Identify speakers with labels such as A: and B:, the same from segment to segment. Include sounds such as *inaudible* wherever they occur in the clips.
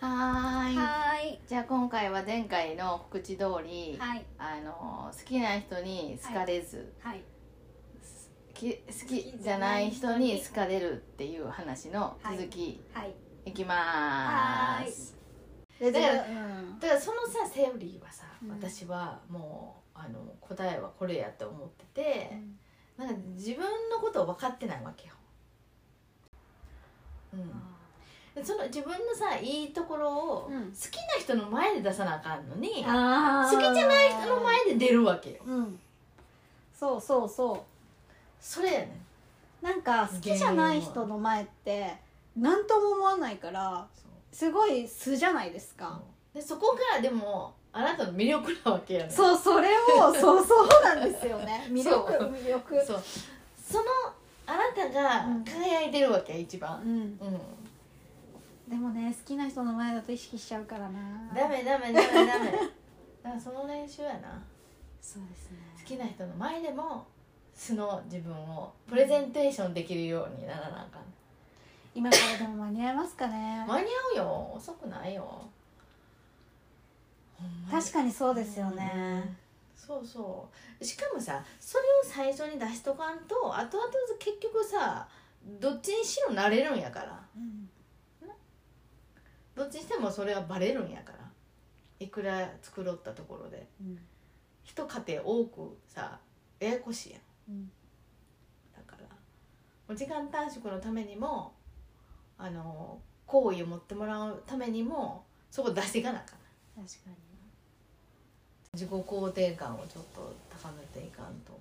A: はーい
B: はい
A: じゃあ今回は前回の告知通り、
B: はい
A: あの好きな人に好かれず、
B: はい
A: き好きじゃない人に好かれるっていう話の続き、
B: はい
A: い、きまーすで
C: だ
A: だ
C: か
A: からら
C: だからそのさセオリーはさ、
B: うん
C: 私はもうあの答えはこれやって思ってて、なんか自分のことを分かってないわけよ、うん、でその自分のさいいところを好
B: うん
C: きな人の前で出さなあかんのに、
B: あ
C: 好
B: ー
C: きじゃない人の前で出るわけよ
B: うんそうそうそ
C: それやねん
B: うなんか好きじゃない人の前って何とも思わないから
C: そう
B: すごい素じゃないですか
C: でそこからでもあなたの魅力なわけやねん
B: そうそれ *laughs* をそうそうなんですよね魅力
C: そう
B: 魅力
C: そうそのあなたが輝いてるわけ一番、
B: うん
C: うん、
B: でもね好きな人の前だと意識しちゃうからな
C: ダメダメダメダメ *laughs* だからその練習やな
B: そうですね
C: 好きな人の前でも素の自分をプレゼンテーションできるようにならなあかん
B: 今からでも間に合いますかね
C: 間に合うよ遅くないよほんまに
B: 確かにそうですよね
C: そうそうしかもさそれを最初に出しとかんと後々結局さどっちにしろなれるんやから
B: うん
C: どっちにしてもそれはバレるんやからいくら作ろったところで
B: うん
C: 一家庭多くさややこしいやん
B: うん
C: だからお時間短縮のためにもあの好意を持ってもらうためにもそこ出していかなあかん
B: 確かに
C: 自己肯定感をちょっと高めていかんと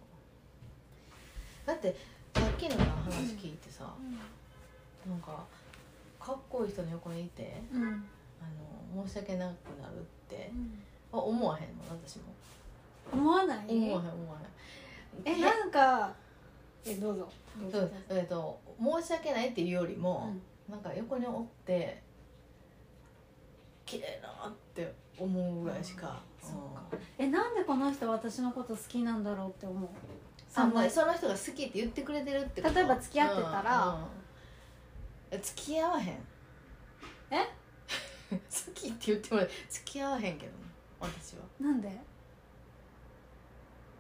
C: だってさっきのな話聞いてさ、なんかかっこいい人の横にいて
B: うん
C: あの申し訳なくなるってあ思わへんもん私も
B: 思わない
C: 思わへん思わへん
B: えなんかえどうぞ
C: そうえっと申し訳ないっていうよりも、なんか横におって綺麗だなって思うぐらいしか、
B: うんそうかえなんでこの人私のこと好きなんだろうって思う
C: あ
B: あ
C: ん
B: ん
C: ま
B: ま
C: り
B: り
C: その人が好きって言ってくれてるってこと
B: 例えば付き合ってたら
C: うんうん付き合わへん
B: え
C: *laughs* 好きって言っても付き合わへんけどな私は
B: なんで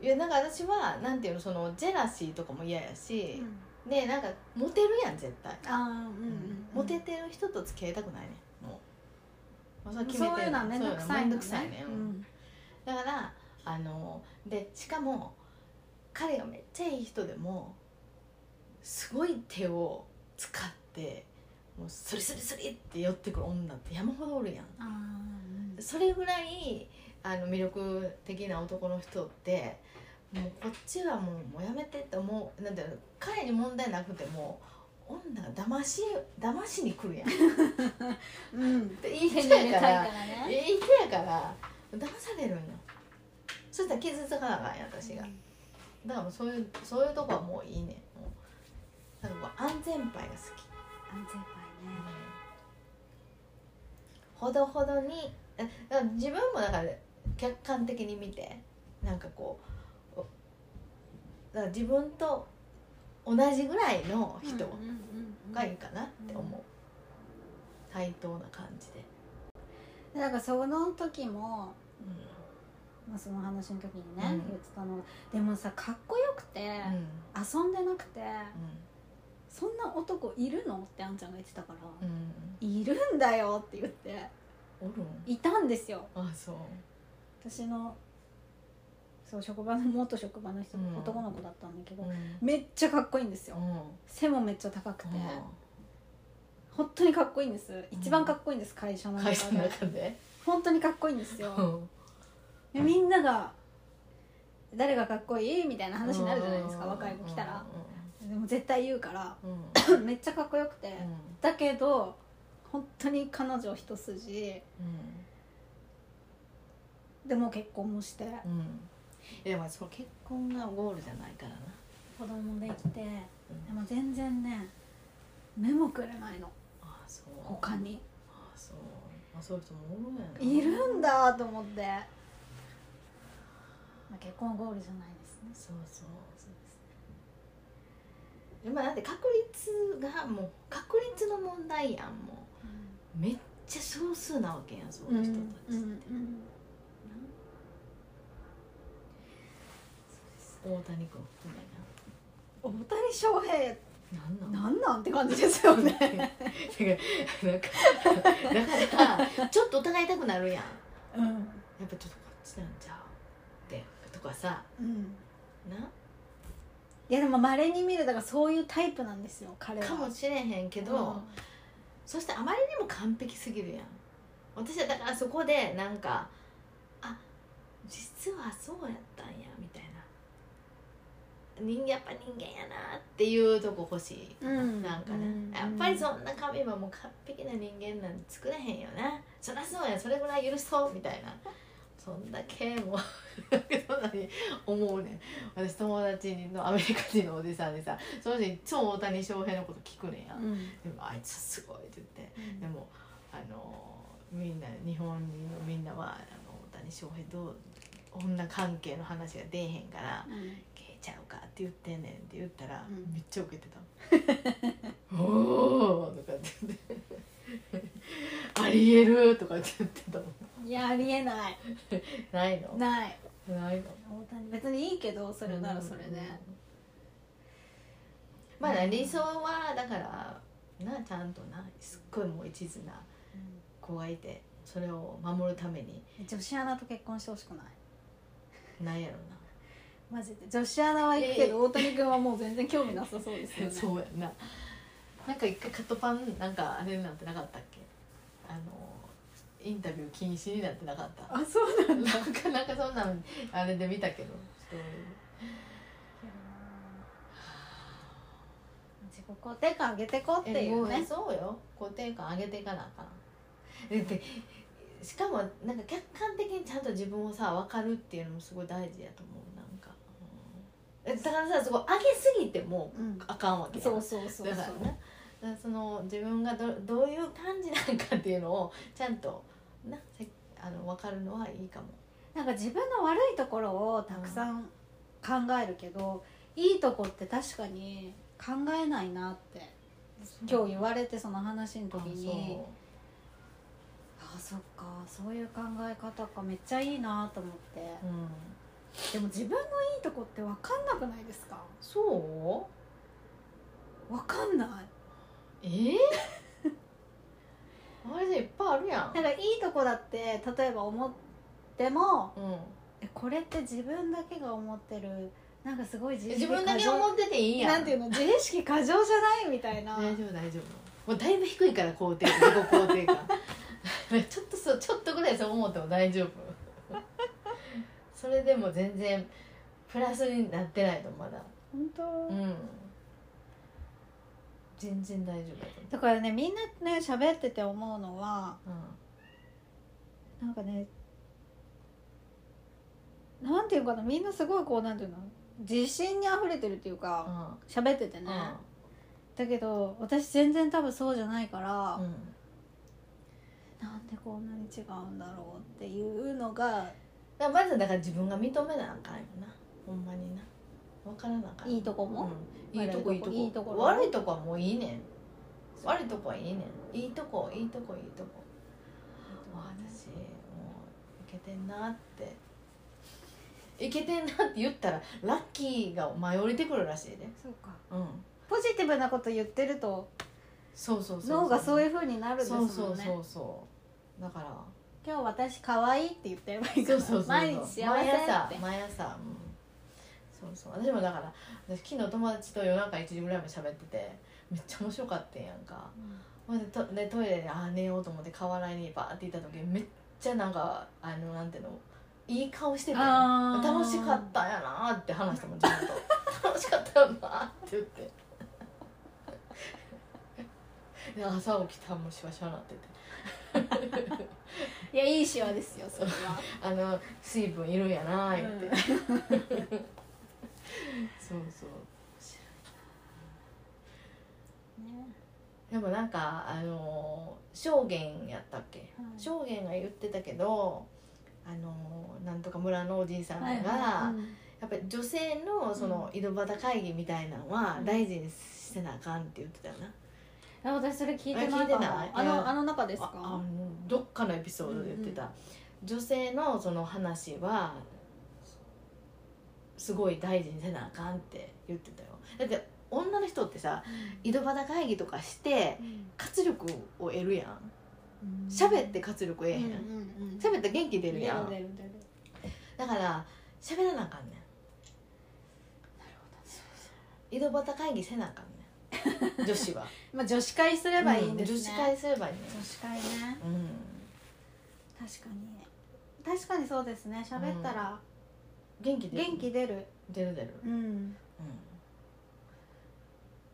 C: いやなんか私はなんていうのそのジェラシーとかも嫌やし、でなんかモテるやん絶対、
B: ああうんうん
C: モテてる人と付き合いたくないねんもうもうそれ決め
B: そう
C: て
B: い
C: る
B: うのは面倒くさ
C: そううのは
B: いのね
C: 面倒くさいね、
B: う
C: うん
B: ん
C: だからあのでしかも彼がめっちゃいい人でもすごい手を使ってもうスリスリスリって寄ってくる女って山ほどおるやん
B: あー
C: それぐらいあの魅力的な男の人ってもうこっちはもうもうやめてって思うなんていうの彼に問題なくても女が騙し騙しに来るやんいい
B: うんうん手に
C: 人
B: 入
C: *laughs*
B: れ
C: や
B: た
C: か
B: *laughs* い
C: ら
B: からね
C: いい人やから騙されるんよそしたら傷つかなあかんやん私がだからもうそういうそういうとこはもういいねんもうなんかこう安全牌が好き
B: 安全牌ね
C: ほどほどにえだから自分もだから客観的に見てなんかこうおだから自分と同じぐらいの人
B: うんうんうん
C: がいいかなって思う、対等な感じで、
B: でなんかその時もまあその話の時にね
C: う
B: 言
C: ん
B: ってたのがでもさかっこよくて
C: うんうん
B: 遊んでなくてそんな男いるのってあんちゃんが言ってたから
C: うん
B: いるんだよって言って
C: おるん
B: いたんですよ
C: あそう
B: 私のそう職場の元職場の人、
C: うん
B: 男の子だったんだけど、
C: うんうん
B: めっちゃかっこいいんですよ背もめっちゃ高くて、本当にかっこいいんです一番かっこいいんです会社の
C: うん
B: 中
C: 会社の
B: で
C: 中で
B: 本当にかっこいいんです
C: う
B: よ
C: ん
B: でみんなが誰がかっこいいみたいな話になるじゃないですか
C: うん
B: 若い子来たらでも絶対言
C: *laughs*
B: うから
C: うんうんうん
B: めっちゃかっこよくて、
C: うん
B: だけど本当に彼女一筋
C: うん
B: でもう結婚もして
C: うん、でもその結婚がゴールじゃないからな、
B: 子供できてでも全然ね目もくれないの
C: ああそう
B: 他に
C: ああそうあそういう人もおるんやない
B: るんだと思って、まあ、結婚はゴールじゃないです
C: そ
B: ね
C: うそうそうですねまあだって確率がもう確率問題やんもうめっちゃ少数なわけやんそういう人たちって、大谷君含
B: 大谷翔平
C: めな *laughs* なんなん
B: なんなんって感じですよね
C: だから *laughs* なんかだからちょっと疑いたくなるやんや
B: う
C: っ
B: ん
C: ぱちょっとこっちなんちゃうってとかさ
B: うん
C: ない
B: やでも稀に見るだからそういうタイプなんですよ彼は
C: かもしれへんけど、そしてあまりにも完璧すぎるやん私はだからそこでなんかあ実はそうやったんやみたいな人間やっぱ人間やなっていうとこ欲しい、
B: うん
C: なんかね、
B: うん
C: やっぱりそんな神はもう完璧な人間なんて作れへんよなそりゃそうやそれぐらい許そうみたいなそんだけもう *laughs* そんなに思うねん私友達のアメリカ人のおじさんにさその人いつも大谷翔平のこと聞くねんや、
B: うん
C: でもあいつすごいって言ってでもあのみんな日本のみんなはあの大谷翔平どう女関係の話が出えへんから
B: うん
C: 「消えちゃうか」って言ってんねんって言ったら、
B: うん
C: めっちゃウケて
B: *laughs*
C: たの「おお!」とかって言って「ありえる!」とかって言ってたもん
B: いやありえない
C: ないの
B: ない
C: ないの
B: 大谷別にいいけどそれならそれで、
C: まあ理想はだからなちゃんとなすっごいもう一途な子がいてそれを守るために
B: 女子アナと結婚してほしくない
C: なんやろ
B: マジで女子アナは行くけど、
C: え
B: 大谷君はもう全然興味なさ *laughs* そうですよ
C: な
B: ね
C: *laughs* そうやななんか一回カットパンなんかあれなんてなかったっけあのインタビュー禁止になってなか *laughs* った
B: あそうなんだ
C: なんかなんかそんなんあれで見たけどそういう
B: 自己肯定感上げてこうって
C: え
B: い
C: も
B: う
C: う
B: ね
C: そうよ肯定感上げていかなあかんででしかもなんか客観的にちゃんと自分をさ分かるっていうのもすごい大事やと思うなんか、うんえだからさすごい上げすぎても
B: うん
C: あかんわけやん
B: そうそうそうそ
C: だ
B: う
C: からなだからその自分がどどういう感じなんかっていうのをちゃんとなせあの分かるのはいいかも
B: なんか自分の悪いところをたくさん考えるけど、いいとこって確かに考えないなって今日言われてその話の時にあそっかそういう考え方かめっちゃいいなと思って
C: そう,、うん、
B: でも自分のいいとこって分かんなくないですか
C: そう
B: 分かんな
C: え
B: い
C: ー、 *laughs* あれでいっぱいある *laughs* やん
B: なんかいいとこだって例えば思っても
C: うん
B: えこれって自分だけが思ってるなんかすごい自意識
C: 自分だけ
B: 過剰
C: 思ってていいやん
B: なんていうの自意識過剰じゃないみたいな
C: 大丈夫大丈夫もうだいぶ低いから肯定 *laughs* 自己肯定感ちょっとそうちょっとぐらいそう思っても大丈夫 *laughs* それでも全然プラスになってないとまだ
B: 本当、
C: うん全然大丈夫だと
B: だからねみんなね喋ってて思うのは
C: 思
B: なんかねなんていうかなみんなすごいこうなんていうの自信にあふれてるっていう
C: うう
B: か
C: んうん
B: 喋っててね、だけど私全然多分そうじゃないから、
C: うん
B: なんでこんなに違うんだろうっていうのが
C: だからまずだから自分が認めなあかんよなほんまにな分からなあかん
B: いいとこも、
C: うんいいとこいいとこ
B: 悪い
C: 悪いと
B: とこ
C: こはもういいねん悪いとこはいいねんいいとこいいとこいいとこあ私もういけてんなっていけてんなって言ったらラッキーが舞い降りてくるらしいで
B: そうか
C: うん
B: ポジティブなこと言ってると
C: そうそうそう
B: 脳がそういうう風になるんですも
C: そ
B: ん
C: う
B: ね
C: そうそうそうだから
B: 今日私可愛いって言ってればいいかな毎日幸せって
C: 毎朝毎朝、うん、そうそう私もだから私昨日友達と夜中1時ぐらいまで喋っててめっちゃ面白かったやんかほんでトでトイレであー寝ようと思って河原にバーって行った時めっちゃなんかあのなんていうのいい顔してて
B: あー
C: 楽しかったんやなーって話してもん自分と *laughs* 楽しかったよなーって言ってで朝起きたらもうシワシワなってて
B: いやいいシワですよそれは
C: あの水分いるんやなー言って、
B: うん
C: そうそうでもなんかあの証言やったっけ証言が言ってたけどあのなんとか村のおじいさんが、やっぱり女性のその井戸端会議みたいなのは
B: うん
C: 大事にしてなあかんって言ってたよな、
B: や私それ聞いてなか
C: あ聞い
B: った
C: てない
B: あ
C: うん
B: のあの中です
C: ああ
B: か
C: のどっかのエピソードで言ってた、
B: うん
C: 女性のその話はすごい大事にせなあかんって言ってたよだって女の人ってさ井戸端会議とかして活力を得るやん喋って活力得へん、喋って元気出
B: て
C: るやんだから喋らなあかんねん井戸端会議せなあかん
B: *laughs*
C: ねん女子は
B: まあ女子会すればいいんです
C: う
B: ね
C: ん女子会すればいいね
B: 女子会ね
C: うん
B: 確かに確かにそうですね喋ったら
C: 元気出る
B: 元気出る
C: 出る出る
B: うん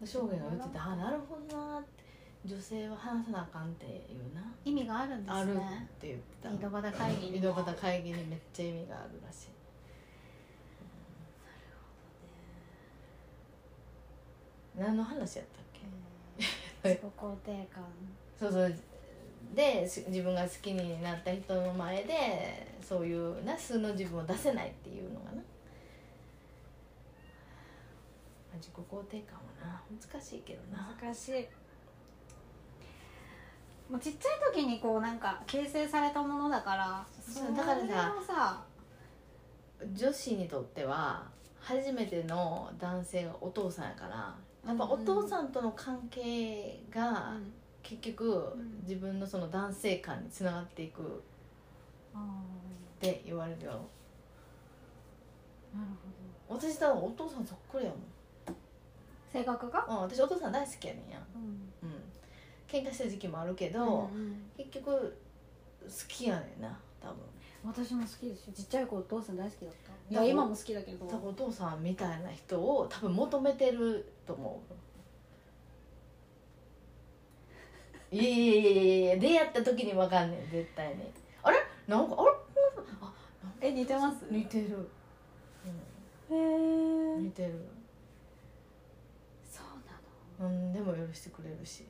C: うん、証言が言ってて「あなるほどな」って女性は話さなあかんって言うな、
B: 意味があるんです
C: あるっ
B: ね
C: て言ってた
B: 井戸端会議に
C: 井戸端会議にめっちゃ意味があるらしい何の話やったっけ
B: 自己肯定感
C: そうそうでし自分が好きになった人の前でそういうな素の自分を出せないっていうのがな自己肯定感はな難しいけどな
B: 難しいもうちっちゃい時にこうなんか形成されたものだから
C: そうだからさ
B: それをさ
C: 女子にとっては初めての男性がお父さんやからやっぱお父さんとの関係が
B: うん
C: 結局
B: うん
C: 自分のその男性感につながっていくっ
B: あ
C: て言われるよ
B: ーなる
C: 私多分お父さんそっくりやも
B: ほど性格が
C: ん、うん、私お父さん大好きやねんや
B: うん
C: うん喧嘩した時期もあるけど、
B: うんうん
C: 結局好きやねんな多分
B: 私も好きですよちっちゃい子お父さん大好きだった
C: い
B: いや
C: や
B: 今も好きだけど
C: 多分お父さんみたいな人を多分求めてると思ういやいやいやいやいや出会った時に分かんねん絶対にあれなんかあれ
B: え似てます
C: 似てる、
B: へ
C: うん、
B: え
C: 似てる、
B: そうなの
C: うん、でも許してくれるし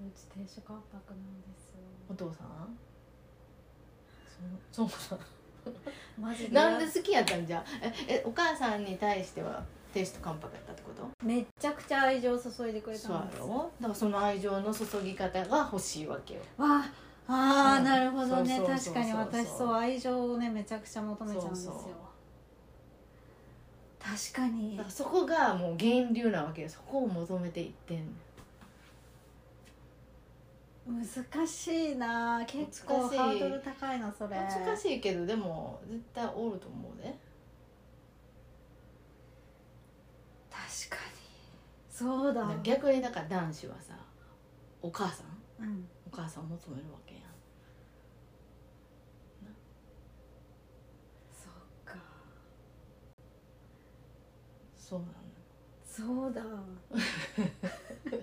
B: うち定食圧迫なんですよ
C: お父さんそそう
B: マジで
C: なんで好きやったんじゃええお母さんに対しては亭主と関白やったってこと
B: めっちゃくちゃ愛情を注いでくれた
C: そうや
B: ですわ
C: ろだからその愛情の注ぎ方が欲しいわけよ
B: ああー
C: うん
B: なるほどね
C: そうそうそうそう
B: 確かに私そう愛情をねめちゃくちゃ求めちゃうんですよ
C: そうそう
B: 確かに
C: だからそこがもう源流なわけよそこを求めていってんの
B: 難しいな結構
C: 難しい
B: ハードル高いなそれ
C: 難しいけどでも絶対おると思うで
B: 確かにそうだ、
C: 逆にだから男子はさお母さん
B: うん、
C: お母さんを求めるわけやん
B: そっか
C: そうなの
B: そうだ *laughs*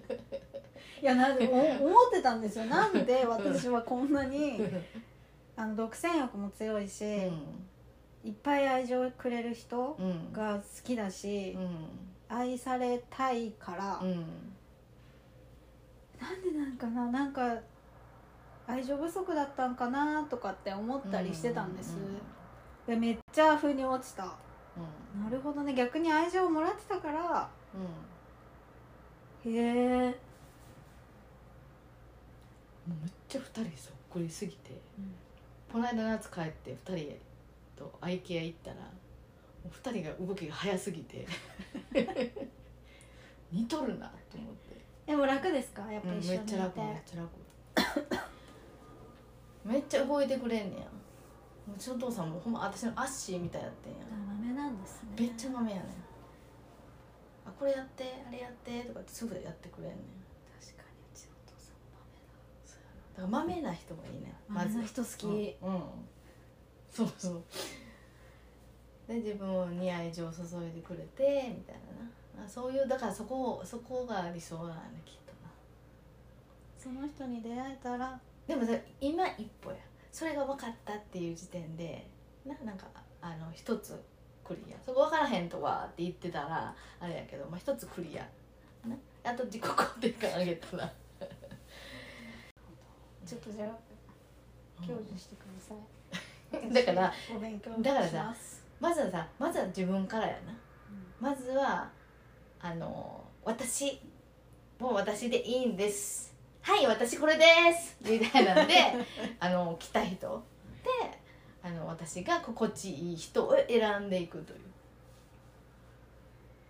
B: いやなんでお思ってたんですよなんで私はこん
C: *laughs*
B: なにあの独占欲も強いし、いっぱい愛情をくれる人
C: うんうん
B: が好きだし、
C: うん
B: 愛されたいから、
C: うん
B: なんでなんかななんか愛情不足だったんかなとかって思ったりしてたんです、いやめっちゃ腑に落ちた
C: うん
B: なるほどね逆に愛情をもらってたから
C: うん
B: へえ、
C: もうめっちゃ二人そっくりすぎてこの間夏帰って二人と IKEA 行ったらもう二人が動きが早すぎて *laughs* 似とるなと思って
B: でも楽ですかやっぱ
C: うん
B: 一緒
C: め
B: にい
C: っち
B: て、
C: ゃ楽めっちゃ楽めっちゃ動いてくれんねやうちのお父さんもほんま私のアッシーみたいやってんや
B: あマメなんですね
C: めっちゃマメやねんあこれやってあれやってとかってすぐやってくれんねん
B: 確かにうちのお父さんマメ
C: だからマメな人がいいね
B: マ
C: ま
B: メ
C: ず
B: の人好き、
C: うん、うんそうそうで自分に愛情を注いでくれてみたいななあそういうだからそこをそこが理想なんだきっとな
B: その人に出会えたら
C: でもさ今一歩やそれが分かったっていう時点でななんかあの一つクリアそこ分からへんとはって言ってたらあれやけど、まあ、一つクリアなあと自己肯定感上げたら
B: ちょっとじゃあ享受してくださ *laughs* い
C: だから
B: お勉強
C: だからさ
B: します
C: まずはさまずは自分からやな
B: うん
C: まずはあの私もう私でいいんですはい私これですみたいなんで *laughs* あの来た人であの私が心地いい人を選んでいくという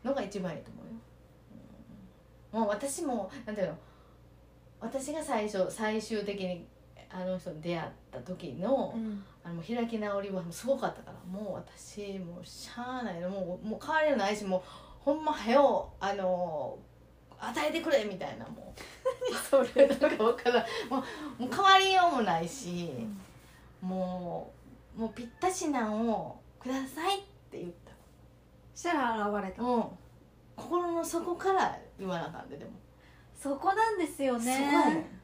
C: のが一番いいと思うようん。もう私もなんていうの私が最初最終的にあの人に出会った時の
B: うん
C: あの開き直りはもうすごかったからもう私もうしゃあないのもうもう変われないしもうほんまはよあの与えてくれみたいなもうそれなんかわからんもうもう変わりようもないし、もうもうぴったしなんをくださいって言った
B: したら現れた
C: うん心の底から言わなあかんででも、
B: そこなんですよ
C: そこ
B: ね
C: やね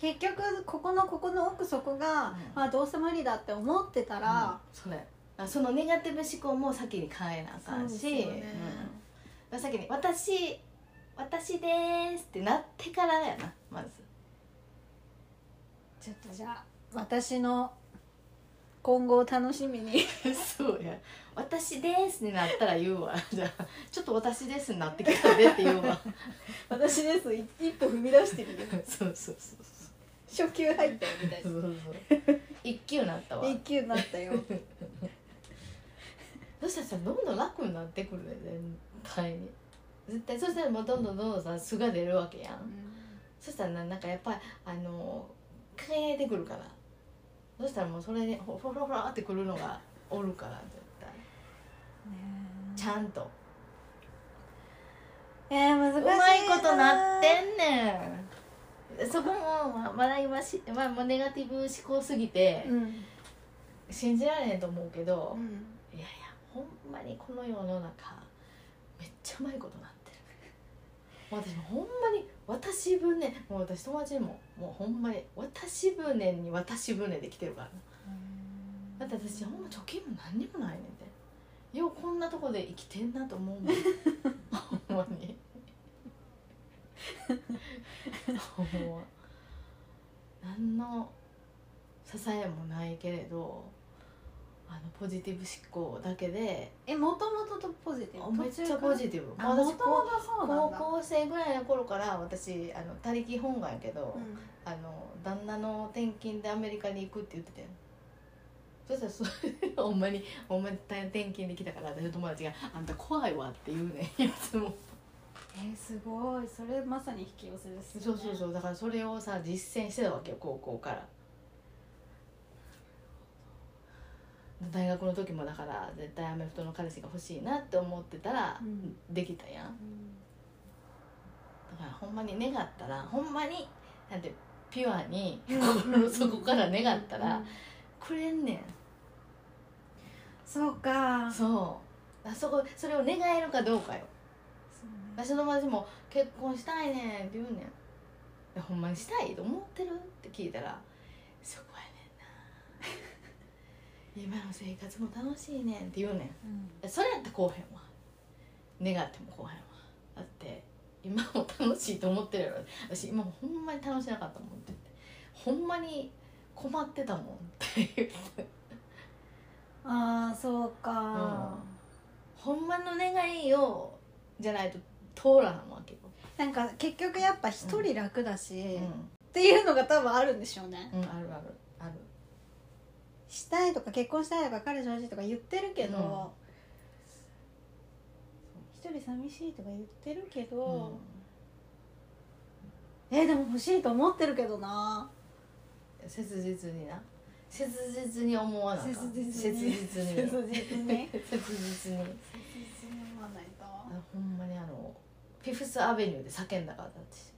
B: 結局ここのここの奥底が、
C: うん
B: まあどうせ無理だって思ってたら、
C: それあそのネガティブ思考も先に変えなあかん
B: そう
C: し、
B: ですよね
C: うん、先に「私私です」ってなってからやなまず
B: ちょっとじゃあ私の今後を楽しみに
C: *laughs*
B: *laughs*
C: そうや「私です」になったら言うわ *laughs* じゃあ「ちょっと私です」になってきたでって言うわ
B: 私です一一歩踏み出してみる
C: *laughs* そうそうそうそう
B: 初級入ったよみたい
C: そ
B: な
C: うそう *laughs* 一級なったわ
B: 一級になっ
C: *laughs*
B: たよ
C: そしたらさどんどん楽になってくるね全体に絶対そしたらもうどんどんどんどんさ素が出るわけやんそしたらななんかやっぱりあの輝いてくるからそしたらもうそれにほほろほろってくるのがおるから絶対ちゃんと
B: えー、難しいうな
C: まいことなってんねんそこもまあまだ今し、まあ、もうネガティブ思考すぎて
B: うん、
C: 信じられへんと思うけど
B: う、ん、
C: いやいやほんまにこの世の中めっちゃうまいことなってるもう私ほんまに私船もう私友達にももうほんまに私船に私船で来てるからなだって私ほんま貯金も何にもないねんてようこんなとこで生きてんなと思う
B: *laughs*
C: もんほんまにほんま何の支えもないけれどあのポジティブ思考だけで
B: えもともととポジティブ
C: めっちゃポジティブ
B: あも
C: 私
B: ともと
C: 高
B: そうなん
C: 高
B: だ
C: 校生ぐらいの頃から私あの他力本願やけど、
B: うん
C: あの旦那の転勤でアメリカに行くって言ってたよそしたらそれ *laughs* ほんまにほんまに転勤できたから私の友達が「あんた怖いわ」って言 *laughs* うねんいつも
B: えー、すごいそれまさに引き寄せです、ね、
C: そうそうそうだからそれをさ実践してたわけよ高校から大学の時もだから絶対アメフトの彼氏が欲しいなって思ってたら、
B: うん
C: できたやん
B: うん
C: だからほんまに願ったらほんまになんてピュアに
B: うん
C: 心 *laughs* の底から願った
B: う
C: ら
B: ん
C: くれんねん
B: そうかそう
C: そうあそこそれを願えるかどうかよ
B: ね
C: 私の友達も「結婚したいねん」って言うねんで「ほんまにしたいと思ってる?」って聞いたら「そこやねんな *laughs* 今の生活も楽しいねん」って言うね
B: うん
C: んそれやったらこうへんわ願ってもこうへんわだって今も楽しいと思ってるやろ私今ほんまに楽しなかったもんって言ってほんまに困ってたもんって言って
B: ああそうか、
C: ほんまの願いをじゃないと通らんわけよ、
B: なんか結局やっぱ一人楽だし、
C: う
B: っ
C: ん
B: ていうのが多分あるんでしょうね、
C: うん、あるあるある
B: したいとか結婚したいとか彼女欲しいとか言ってるけど、一人寂しいとか言ってるけど、えーでも欲しいと思ってるけどな
C: うん、切実にな切実に思わなあかん
B: 切実
C: 切
B: に
C: 実に
B: 切実に
C: 切実に
B: 切実に思わないと
C: あほんまにあのフィフスアベニューで叫んだから私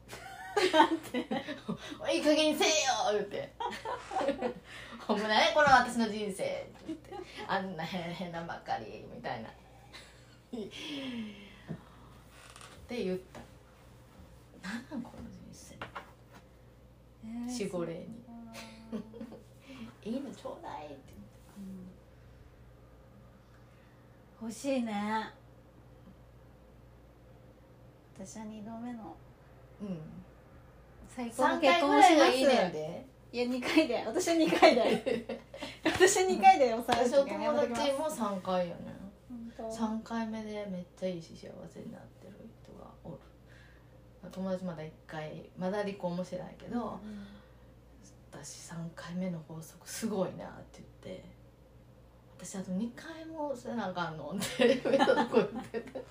C: おいいい加減にせえよ言うて *laughs* 「ほんまねこの私の人生」って言ってあんな変変なんばっかりみたいなって言ったなんなんこの人生
B: えー
C: 守護霊に
B: そう
C: いいのちょうだいって言って
B: 欲しいね私は2度目の
C: うん
B: 最高の
C: 3
B: 結
C: 回
B: 婚
C: ぐ
B: を
C: ら
B: し
C: い
B: ま
C: が
B: す
C: いいねんで
B: いや2回で私は2回 *laughs* で私は2回でお
C: 私
B: し
C: の
B: とかやめ
C: 友
B: ときます
C: 達も3回よね
B: 本当
C: 3回目でめっちゃいいし幸せになってる人がおる友達まだ1回まだ離婚もしてないけど私3回目の法則すごいなって言って私あと2回もせなあかんの
B: *laughs*
C: って上田の子言ってて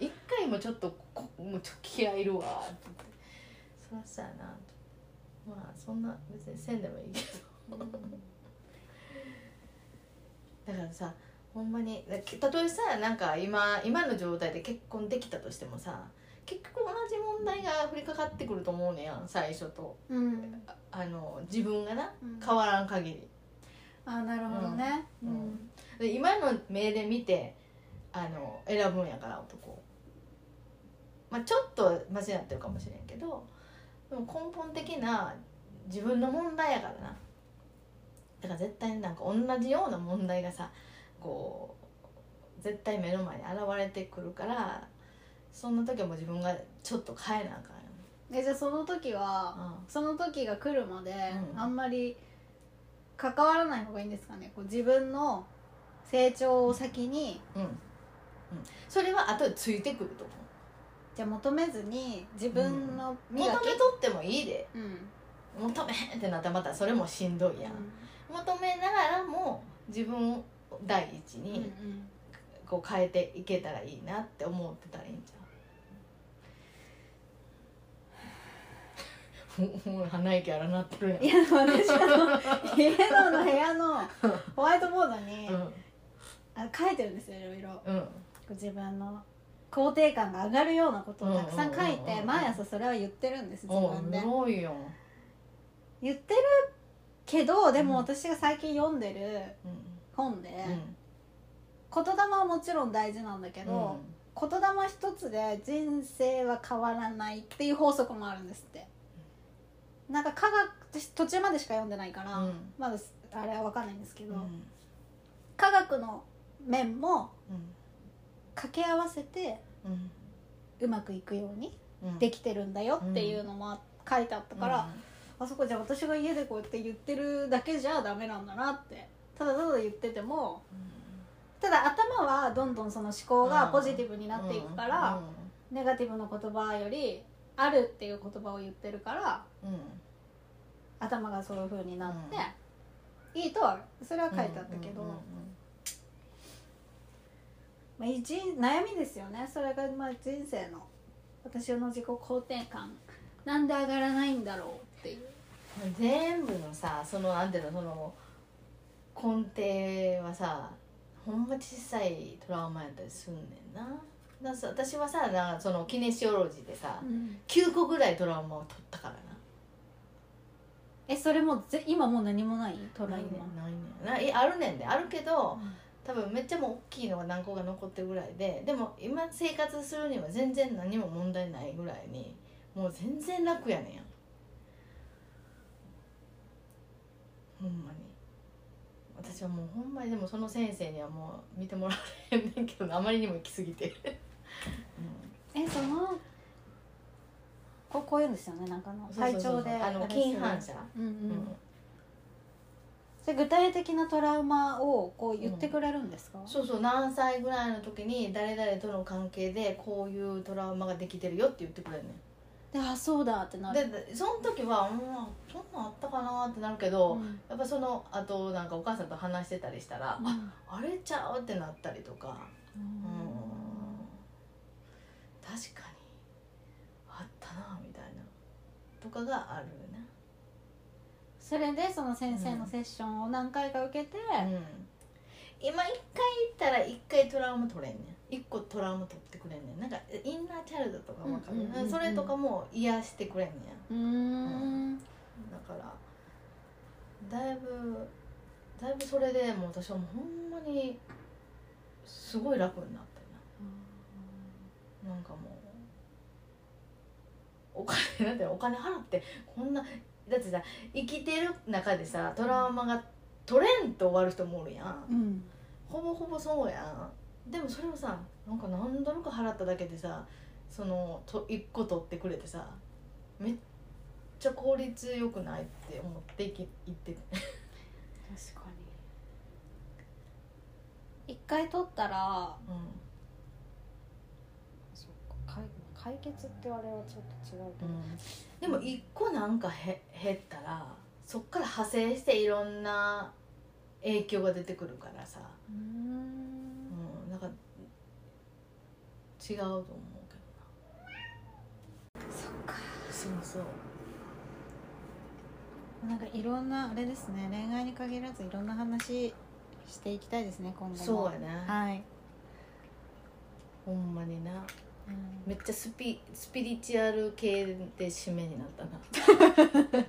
C: 1回もちょっとこもうちょっと気合いいるわって言ってそらそうやなとまあそんな別にせんでもいいけどだからさほんまにだたとえさなんか今今の状態で結婚できたとしてもさ結局同じ問題が降りかかってくると思うねやん最初と
B: うん
C: あの自分がな
B: うん
C: 変わらん限り、
B: あなるほどね
C: うんで今の目で見てあの選ぶんやから男まあちょっとマシになってるかもしれんけどでも根本的な自分の問題やからなだから絶対になんか同じような問題がさこう絶対目の前に現れてくるからそんな時はもう自分がちょっと変えなあかんよね
B: えじゃあその時は
C: あ
B: その時が来るまで、
C: うん
B: あんまり関わらない方がいいんですかねこう自分の成長を先に
C: あうん、うん、それは後でついてくると思う
B: じゃあ求めずに自分の
C: 求め
B: 磨
C: とっ
B: き、
C: てもいいで
B: うん
C: 求めへんってなったらまたそれもしんどいやん、求めながらも自分を第一
B: うん
C: にこう変えていけたらいいなって思ってたらいいんちゃうふ *laughs* もう鼻息荒なってるやん
B: いや私あの家のの部屋のホワイトボードに、
C: うん
B: あの書いてるんですよいろいろこ
C: うん
B: う自分の肯定感が上がるようなことをたくさん書い
C: うんうんうん
B: て
C: うん
B: 毎朝それは言ってるんです自
C: おう
B: 分で。
C: ごいよ
B: 言ってるけどで
C: うん
B: も私が最近読んでる
C: うん
B: 本で、
C: うん
B: 言霊はもちろん大事なんだけ
C: うん
B: ど、言霊一つで人生は変わらないっていう法則もあるんですってなんか科学私途中までしか読んでないから、
C: うん
B: まだあれは分かんないんですけど、
C: うん
B: 科学の面も
C: うん
B: 掛け合わせて
C: うん
B: うまくいくように
C: うん
B: できてるんだよっていうのも書いてあったから、
C: うん
B: あそこじゃあ私が家でこうやって言ってるだけじゃダメなんだなってただただ言っててもただ頭はどんどんその思考がポジティブになっていくから、ネガティブな言葉より「ある」っていう言葉を言ってるから
C: うんうん
B: 頭がそういう風になって、いいとはそれは書いてあったけど、
C: うんうんうん
B: まあ、一悩みですよねそれがまあ人生の私の自己肯定感なんで上がらないんだろうっていう。
C: 全部のさそのなんていうのその根底はさほんま小さいトラウマやったりすんねんなだからさ私はさなんかそのキネシオロジーでさ9個ぐらいトラウマを取ったからな
B: えそれもうぜ今もう何もないトラ
C: な
B: ウ
C: いね
B: マ
C: んないねんないえあるねんであるけど
B: うん
C: 多分めっちゃもう大きいのが何個か残ってるぐらいででも今生活するには全然何も問題ないぐらいにもう全然楽やねんやほんまに私はもうほんまにでもその先生にはもう見てもらえへんねんけどあまりにも行き過ぎて、
B: えそのこうこういうんですよねなんかあの
C: うん
B: 体
C: そうそ
B: 調
C: う
B: で
C: そうあの
B: れする
C: 禁反射
B: うんう
C: うん
B: ん、それ具体的なトラウマをこう言ってくれるんですか、
C: そうそう何歳ぐらいの時に誰々との関係でこういうトラウマができてるよって言ってくれるねん
B: であそうだってなる
C: ででその時は「うんそんなんあったかな」ってなるけど、
B: うん
C: やっぱそのあとなんかお母さんと話してたりしたら「
B: うん
C: あれちゃう?」ってなったりとか
B: う
C: うん
B: ん
C: 確かにあったなみたいなとかがあるよね
B: それでその先生のセッションを何回か受け
C: う
B: て、
C: ん今一回行ったら一回トラウマ取れんねん一個トラウマ取ってくれんねんなんかインナーチャイルドとかわかる、
B: うんうんうんうん
C: それとかも癒してくれんねん
B: うーん
C: だからだいぶだいぶそれでもう私はもうほんまにすごい楽になったななんかもうお金だってお金払ってこんなだってさ生きてる中でさトラウマが取れんと終わる人もおるやん
B: うん
C: ほぼほぼそうやんでもそれをさなんか何ドルか払っただけでさそのと一個取ってくれてさめっちゃ効率よくないって思っていき行ってて
B: 確かに一回取ったら
C: うん
B: そっか解
D: 解決ってあれはちょっと違うけ
C: う
D: ど、
C: んでも一個なんかへ減ったらそっから派生していろんな影響が出てくるからさ、
D: うーん
C: うん、なんか違うと思うけ
D: そっか
C: どそうそう
B: なんかいろんなあれですね恋愛に限らずいろんな話していきたいですね今後も
C: そうやね
B: はい、
C: ほんまにな
B: うん
C: めっちゃスピスピリチュアル系で締めになったない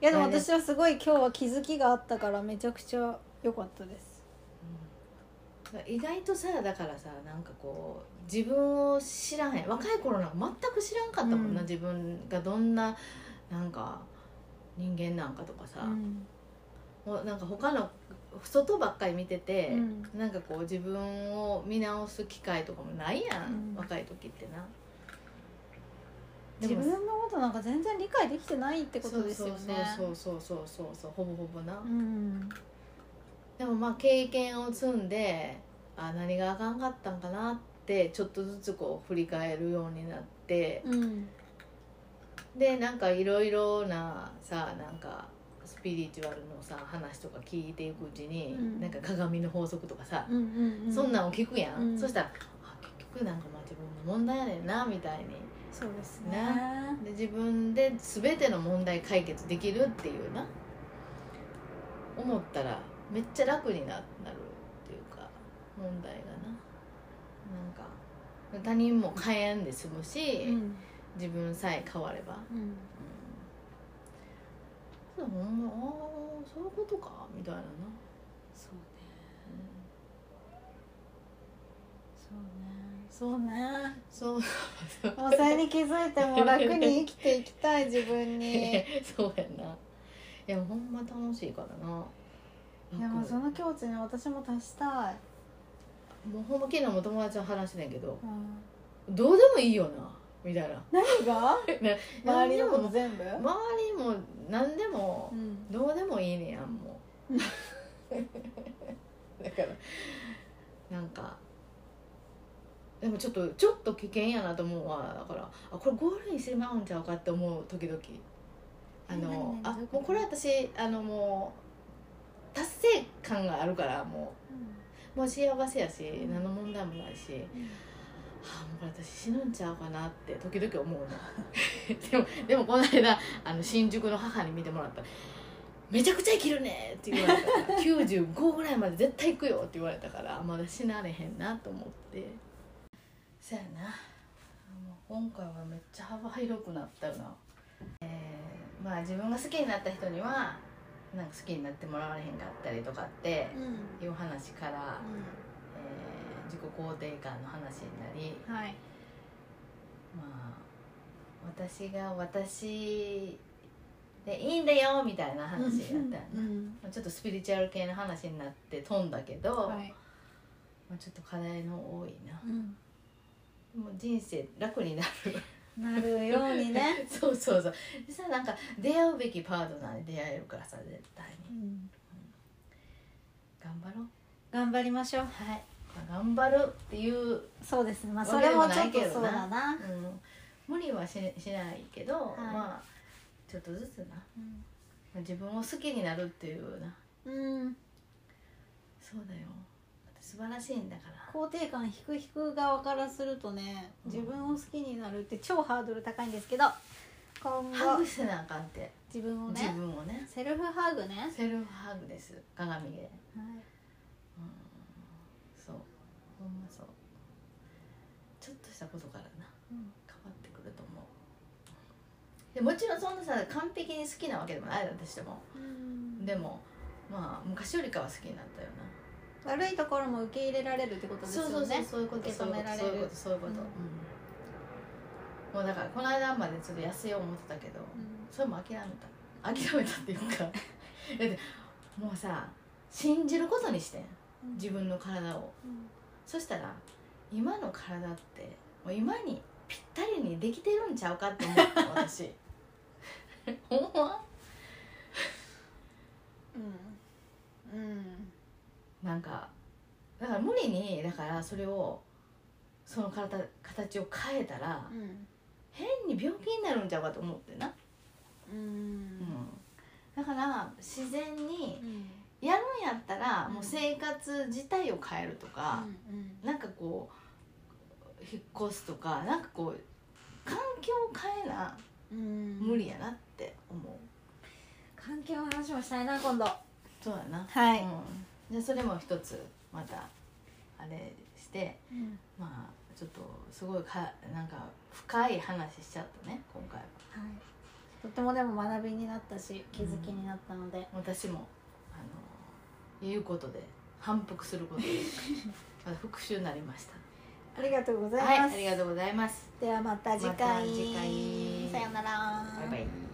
B: やでも私はすごい今日は気づきがあったからめちゃくちゃ良かったです
C: うん意外とさだからさなんかこう自分を知らへん若い頃なんか全く知らんかったもんな、
B: うん
C: 自分がどんななんか人間なんかとかさ、
B: うん
C: もうなんか他の外ばっかり見てて、
B: うん
C: なんかこう自分を見直す機会とかもないやん、
B: うん
C: 若い時ってな。
B: 自分
C: で
B: の
C: も
B: ことなんか全然理解できてないってことですよね
C: そうそうそうそうそうそうほぼほぼな、
B: うん
C: でもまあ経験を積んであ何があかんかったんかなってちょっとずつこう振り返るようになって
B: うん
C: でなんかいろいろなさなんかスピリチュアルのさ話とか聞いていくうちに、
B: うん
C: なんか鏡の法則とかさ、
B: うんうんうん
C: そんなんを聞くやん、
B: うん
C: そしたらあ結局なんかまあ自分の問題やねんなみたいに
B: そうですね
C: で自分で全ての問題解決できるっていうな思ったらめっちゃ楽にななるっていうか問題がななんか他人も変えんで済むし、
B: うん
C: 自分さえ変われば、
B: う
C: う
B: ん
C: ん、でもほんまああそういうことかみたいなな、
B: そうねそうねそうね
C: そう
B: もうそれに気づいても楽に生きていきたい自分 *laughs* に
C: *laughs* そうやないやほんま楽しいからな
B: でもうそ
C: 楽
B: の境地に私も達したい、
C: もうほんま昨日も友達の話してんやけど
B: うん、
C: どうでもいいよなみたいな
B: 何が周りの
C: 何で
B: こと
C: も
B: 全部、
C: 周りも何でも
B: うん
C: どうでもいいねやんもう *laughs* だからなんかでもちょっとちょっと危険やなと思うわだからあこれゴールインしてまうんちゃうかって思う時々あの
B: 何何何
C: あ
B: どういうこと
C: もうこれ私あのもう達成感があるからもうもう幸せやし何の問題もないし、はあ、もうこれ私死ぬんちゃうかなって時々思うのでもでもこの間あの新宿の母に見てもらったら「めちゃくちゃ生きるね」って言われたから「95ぐらいまで絶対行くよ」って言われたからまだ死なれへんなと思ってそやなもう今回はめっちゃ幅広くなったよなえーまあ自分が好きになった人にはなんか好きになってもらわれへんかったりとかって
B: うん
C: いう話から、
B: う
C: えー自己肯定感の話になり
B: んはい
C: まあ私が私でいいんだよみたいな話だったよ
B: う
C: ね
B: ん
C: ちょっとスピリチュアル系の話になって飛んだけど、
B: はい
C: まあ、ちょっと課題の多いな
B: うん
C: もう人生楽になる
B: なるように
C: *laughs*
B: ね
C: そうそうそうでさなんか出会うべきパートナーに出会えるからさ絶対
B: う
C: に
B: ん
C: 頑張ろう
B: 頑張りましょう
C: はい頑張るっていう、うん、
B: そうですねまあ
C: わ
B: そ
C: け
B: れ
C: でも
B: も
C: な
B: ちょっ
C: いけど
B: と
C: な
B: そうだな
C: 無理はししないけど、
B: い
C: まあちょっとずつな
B: うん、
C: まあ自分を好きになるっていうな
B: うん、
C: そうだよ素晴らしいんだから
B: 肯定感低く低く側からするとね
C: うん
B: 自分を好きになるって超ハードル高いんですけど今
C: ハ
B: 後
C: グせなあかんって、
B: 自分を
C: 自
B: ね
C: 分をね
B: セルフハグね、
C: セルフハグです鏡でそうほんまそうちょっとしたことからな
B: うん
C: 変わってくると思うでもちろんそんなさ完璧に好きなわけでもない私でも
B: うん
C: でもまあ昔よりかは好きになったよな
B: 悪いところも受け入れられるってことですよね
C: そうそうそうそういうこと
B: 受け止められる
C: そういうことそういうこと、
B: うん
C: うんもうだからこの間までちょっと痩せよう思ってたけど、
B: ん
C: それも諦めた諦めたっていうか *laughs* だってもうさ信じることにしてん
B: うん
C: 自分の体を
B: うん
C: そしたら今の体ってもう今にぴったりにできてるんちゃうかって思った私 *laughs* ほんま
B: うんうん
C: なんかだから無理にだからそれをその体形を変えたら
B: うん
C: 変に病気になるんちゃうかと思ってな、
B: う
C: うんん、だから自然に
B: うん
C: やるんやったら
B: うん
C: もう生活自体を変えるとか、
B: うん
C: なんかこう引っ越すとかなんかこう環境を変えな
B: うん
C: 無理やなって思う、
B: 関係の話もしたいな今度
C: そうやな
B: は
C: うん、じゃあそれも一つまたあれして
B: うん
C: まあちょっとすごいかなんか深い話しちゃったね今回は
B: はいとてもでも学びになったし気づきになったので、
C: 私もあの言うことで反復すること
B: *laughs*
C: でまた復習になりました
B: ありがとうござい
C: はい
B: ます、
C: ありがとうございます
B: ではまた次回,、
C: また次回
B: さようなら
C: バイバイ